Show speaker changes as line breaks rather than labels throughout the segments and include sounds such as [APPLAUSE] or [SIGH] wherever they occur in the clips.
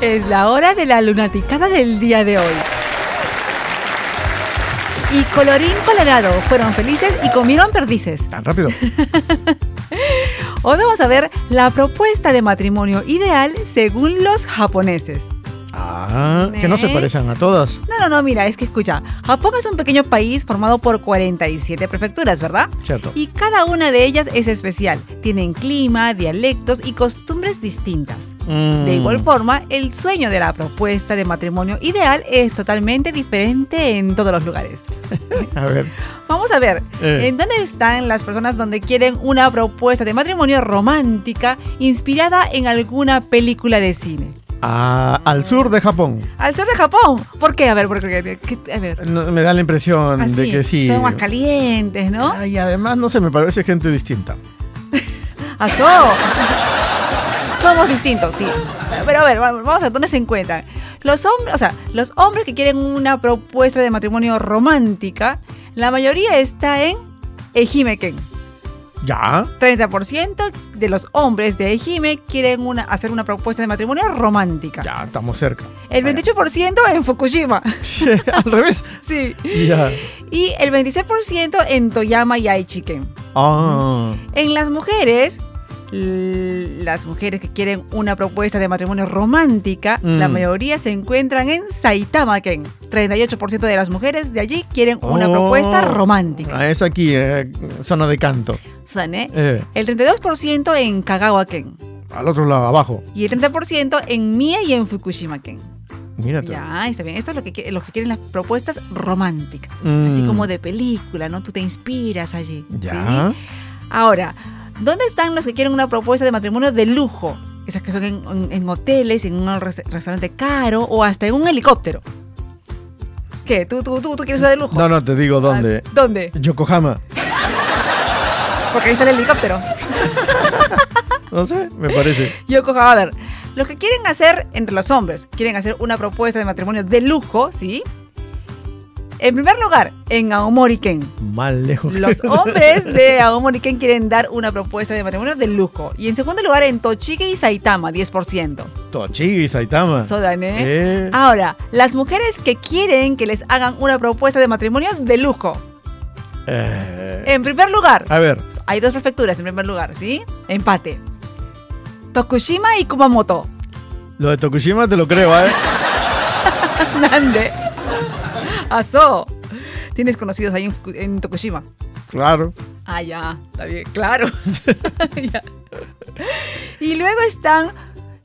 Es la hora de la lunaticada del día de hoy. Y colorín colorado, fueron felices y comieron perdices. [LAUGHS]
Tan rápido.
Hoy vamos a ver la propuesta de matrimonio ideal según los japoneses.
Ah, que no se
Eh.
parecen a todas.
No, no, no, mira, es que escucha, Japón es un pequeño país formado por 47 prefecturas, ¿verdad?
Cierto.
Y cada una de ellas es especial. Tienen clima, dialectos y costumbres distintas.
Mm.
De igual forma, el sueño de la propuesta de matrimonio ideal es totalmente diferente en todos los lugares.
A ver.
Vamos a ver,
Eh.
¿en dónde están las personas donde quieren una propuesta de matrimonio romántica inspirada en alguna película de cine?
Ah, al sur de Japón.
Al sur de Japón. ¿Por qué? A ver, porque, a ver.
No, me da la impresión de
Así,
que sí.
Ah, son más calientes, ¿no?
Ah, y además no se me parece gente distinta.
¡Azó! Somos distintos, sí. Pero a ver, va- vamos a ver dónde se encuentran. Los hombres, o sea, los hombres que quieren una propuesta de matrimonio romántica, la mayoría está en Ejimeken.
Ya.
30% de los hombres de Ejime quieren una- hacer una propuesta de matrimonio romántica.
Ya, estamos cerca.
El
[LAUGHS]
28% en Fukushima. [LAUGHS]
al revés.
Sí. [LAUGHS]
Ya.
Y el 26% en Toyama y Aichiken.
Ah.
En las mujeres, l- las mujeres que quieren una propuesta de matrimonio romántica,
Mm.
la mayoría se encuentran en Saitama-ken. 38% de las mujeres de allí quieren una
Oh.
propuesta romántica.
Ah, es aquí, eh, zona de canto.
Son, ¿eh?
Eh,
El 32% en Kagawa-ken
al otro lado, abajo.
y el 30% en Mie y en Fukushima-ken.
Mírate.
Ya, está bien. Esto es lo que, qui- los que quieren las propuestas románticas,
Mm.
así como de película, ¿no? Tú te inspiras allí. ¿sí?
Ya.
Ahora, ¿dónde están los que quieren una propuesta de matrimonio de lujo? Esas que son en, en- en hoteles, en un res- restaurante caro o hasta en un helicóptero. ¿Qué? ¿Tú, tú, tú, tú quieres una de lujo?
No, no, te digo dónde.
Ah, ¿Dónde?
Yokohama.
Porque ahí está el helicóptero.
No sé, me parece.
[LAUGHS] Yo cojo, a ver, los que quieren hacer entre los hombres, quieren hacer una propuesta de matrimonio de lujo, ¿sí? En primer lugar, en Aomoriken.
Mal lejos. [LAUGHS]
Los hombres de Aomoriken quieren dar una propuesta de matrimonio de lujo. Y en segundo lugar, en Tochige y Saitama, 10%.
Tochigi, Saitama.
Sodan, ¿eh?
Eh,
Ahora, las mujeres que quieren que les hagan una propuesta de matrimonio de lujo.
eh,
En primer lugar,
a ver.
hay dos prefecturas en primer lugar, ¿sí? Empate. Tokushima y Kumamoto. [LAUGHS]
Lo de Tokushima te lo creo, ¿eh?
Nande. Aso. Tienes conocidos ahí en, Fuku- en Tokushima.
Claro.
Ah, ya, está bien, claro. [LAUGHS] Ya. Y luego están,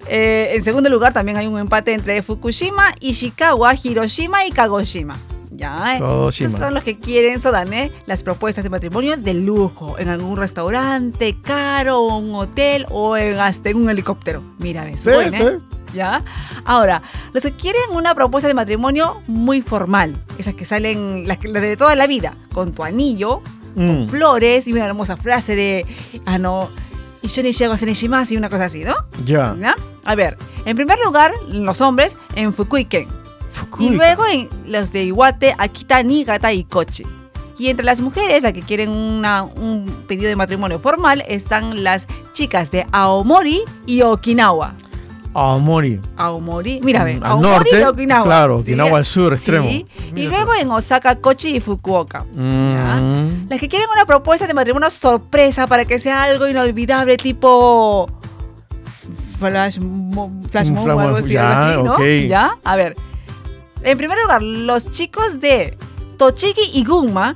eh, en segundo lugar, también hay un empate entre Fukushima, Ishikawa, Hiroshima y Kagoshima. Ya, eh.
Kagoshima.
Estos son los que quieren, Sodané, las propuestas de matrimonio de lujo, en algún restaurante caro, o un hotel o en, hasta en un helicóptero. Mira, ves,
Sí,
bueno,
sí.
¿eh? ¿Ya? Ahora, los que quieren una propuesta de matrimonio muy formal, esas que salen, las, que- las de toda la vida, con tu anillo,
Mm.
flores y una hermosa frase de, ah, no, y yo ni llego a más y una cosa así, ¿no?
Ya.
¿Ya? A ver, en primer lugar, los hombres en Fukuiken. Y
Fukuoka.
luego en los de Iwate, Akita, Niigata y Kochi. Y entre las mujeres a que quieren una- un pedido de matrimonio formal están las chicas de Aomori y Okinawa.
Aomori.
Aomori, mira, ve,
Mm, al
Aomori
norte,
y Okinawa.
claro,
Sí,
Okinawa al sur,
sí.
extremo.
Y
Mira
luego en Osaka, Kochi y Fukuoka.
Mm.
Las que quieren una propuesta de matrimonio sorpresa para que sea algo inolvidable, tipo flash, mo- flash
Un
mob
flash
o algo
mob,
así, algo
ya,
así, ¿no?
ok.
Ya, a ver. En primer lugar, los chicos de Tochigi y Gunma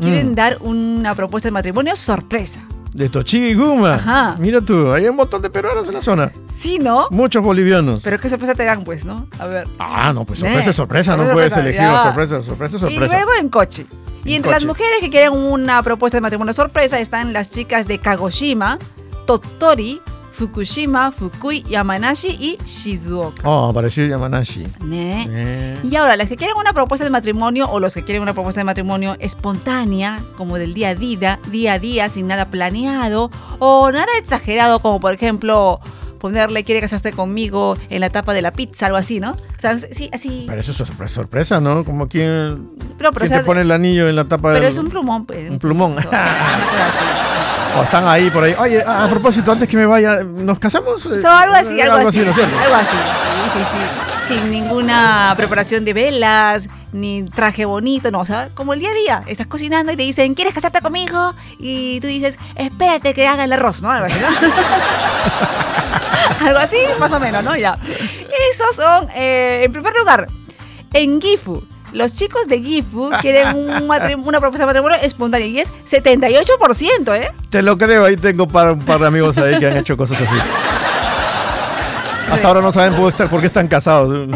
quieren
Mm.
dar una propuesta de matrimonio sorpresa.
De Tochigi Guma.
Ajá.
Mira tú, hay un montón de peruanos en la zona.
Sí, ¿no?
Muchos bolivianos.
Pero qué sorpresa te dan, pues, ¿no? A ver.
Ah, no, pues
Ve.
sorpresa, sorpresa. No
Sorpresa,
puedes
sorpresa,
elegir
ya.
sorpresa, sorpresa,
Y
sorpresa.
luego en coche. Y
En
entre las
coche.
mujeres que quieren una propuesta de matrimonio sorpresa están las chicas de Kagoshima, Totori, Fukushima, Fukui, Yamanashi y Shizuoka.
Oh, apareció Yamanashi.
¿Ne?
Eh.
Y ahora, las que quieren una propuesta de matrimonio o los que quieren una propuesta de matrimonio espontánea, como del día a día, día a día, sin nada planeado o nada exagerado, como por ejemplo ponerle quiere casarte conmigo en la tapa de la pizza, algo así, ¿no? O sea, sí, así.
Pero eso es sorpresa, sorpresa, ¿no? Como quien,
Pero, pero, o
quien
sea,
te pone el anillo en la tapa
pero [LAUGHS]
del-
es un plumón. pues,
un plumón.
Eso, o sea, una cosa así.
O están ahí por ahí. Oye, a, a propósito, antes que me vaya, ¿nos casamos? Eh,
So, algo así,
eh,
algo, así.
¿no es cierto?
algo así, sí, sí, sí. Sin ninguna preparación de velas, ni traje bonito, no, o sea, como el día a día. Estás cocinando y te dicen, ¿quieres casarte conmigo? Y tú dices, espérate que haga el arroz, ¿no? [LAUGHS] Algo así, ¿no? Algo así, más o menos, ¿no? Ya. Esos son, eh, en primer lugar, en Gifu. Los chicos de Gifu quieren
[LAUGHS]
un matrim- una propuesta de matrimonio espontánea y es 78%, ¿eh?
Te lo creo, ahí tengo para un par de amigos ahí que han hecho cosas así. Hasta ahora no saben por qué están- por qué están casados.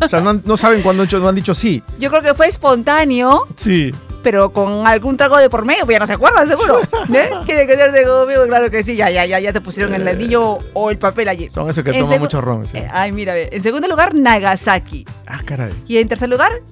O sea, no, han- no saben cuándo han, hecho- no han dicho sí.
Yo creo que fue espontáneo
Sí.
pero con algún trago de por medio, pues ya no se acuerdan,
[LAUGHS]
seguro. ¿Eh? ¿Quiere quedarte conmigo? Claro que sí, ya, ya, ya, ya te pusieron el ladillo o el papel allí.
Eh, Son esos que
En
toman
segu-
mucho ron. sí.
Eh, Ay, mira, ve. en segundo lugar, Nagasaki.
Ah, caray.
Y en tercer lugar,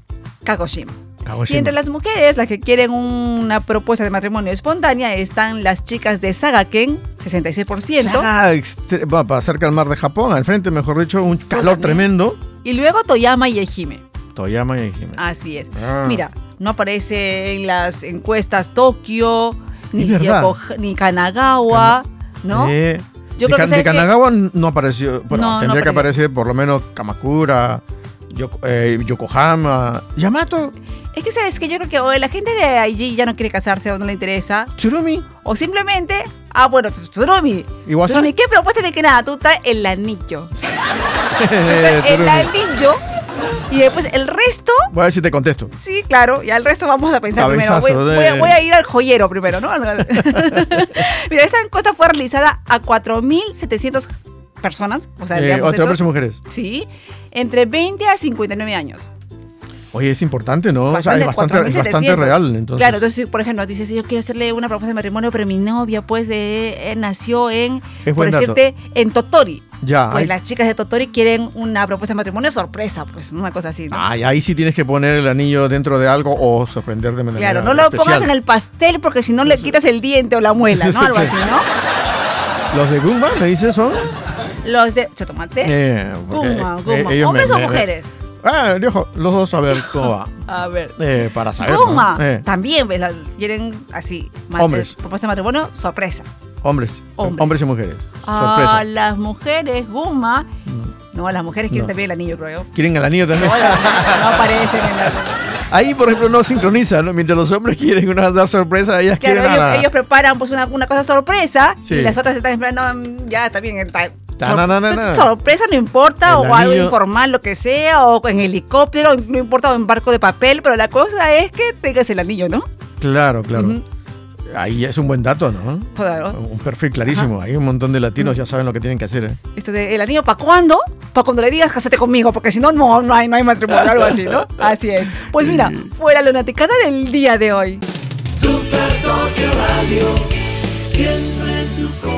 Kagoshima. Y
Kagoshima.
entre las mujeres, las que quieren una propuesta de matrimonio espontánea, están las chicas de Sagaken, 66%.
Ah, extre- va para cerca al mar de Japón, al frente, mejor dicho, un
Sí,
calor
también.
tremendo.
Y luego Toyama y Ejime.
Toyama y Jimena.
Así es.
Ah.
Mira, no aparece en las encuestas Tokio, ni,
Es verdad.
Yokoha- ni Kanagawa, ¿no?
Eh,
Yo
de
creo que
Kan- de
sabes que-
Kanagawa no apareció. Bueno,
No, no
tendría que
apareció.
aparecer por lo menos Kamakura, Yoko- eh, Yokohama, Yamato,
Es que sabes que yo creo que o la gente de allí ya no quiere casarse o no le interesa, [LAUGHS]
Tsurumi.
o simplemente, ah, bueno, Tsunami.
Igual
Tsunami, ¿qué propuesta de que nada? Tú traes el anillo. el
Eh, Tsurumi.
anillo. Y después el resto,
Voy a ver si te contesto.
sí, claro, ya el resto vamos a pensar primero. Voy,
Cabezazo de-
voy a- voy a ir al joyero primero, ¿no? [LAUGHS] Mira, esta encuesta fue realizada a 4.700 personas, o sea,
Eh,
digamos,
entre hombres y
estos-
mujeres.
sí, entre 20 a 59 años.
Oye, es importante, ¿no? O sea, es bastante, es
4.700.
bastante real. Entonces.
Claro, entonces, si, por ejemplo, dices, yo quiero hacerle una propuesta de matrimonio, pero mi novia, pues, de, eh, nació en,
Es
por
buen dato.
decirte, en Totori.
ya,
Pues
ahí,
las chicas de Totori quieren una propuesta de matrimonio sorpresa, pues, una cosa así, ¿no?
ay, ahí sí tienes que poner el anillo dentro de algo o sorprender de manera
claro, no lo pongas
especial.
en el pastel porque si no le quitas el diente o la muela, ¿no? Algo así,
[LAUGHS]
¿no?
Los de Gumba, me dices, son...
Los de chotomate,
Eh, porque,
guma,
eh,
guma.
ellos me-
¿Hombres o
me- me-
mujeres?
Ah, viejo, los dos a ver cómo va.
A ver.
Eh, para saber. ¿no?
Goma,
Eh,
también pues, las quieren así, ma-
Hombres.
eh, propuesta de matrimonio sorpresa.
hombres,
Hombres.
hombres. y mujeres.
Ah,
Sorpresa. Mm.
las mujeres, Guma. No, las mujeres quieren
No.
también el anillo, creo yo.
¿Quieren el anillo también?
No, las mujeres no aparecen en la...
[LAUGHS] Ahí, por ejemplo, no sincroniza, ¿no? Mientras los hombres quieren una dar sorpresa, ellas
Claro,
quieren
ellos,
nada.
ellos preparan pues una, una cosa sorpresa
Sí.
y las otras están esperando, mm, ya está bien. está-
Ta- na- na- na- na.
Sorpresa no importa,
El
o algo
anillo.
informal, lo que sea, o en helicóptero, no importa, o en barco de papel, pero la cosa es que tengas el anillo, ¿no?
Claro, claro.
Ujú.
Ahí es un buen dato, ¿no?
Claro.
Un perfil clarísimo. Hay un montón de latinos, ya saben lo que tienen que hacer. ¿eh?
Esto de el anillo, ¿para cuándo? Para cuando le digas casate conmigo, porque si no, no, no hay, no hay matrimonio, algo así,
[LAUGHS]
¿no? Así es. Pues mira, fue la lunaticada del día de hoy.
Super Tokio Radio, siempre en tu corazón.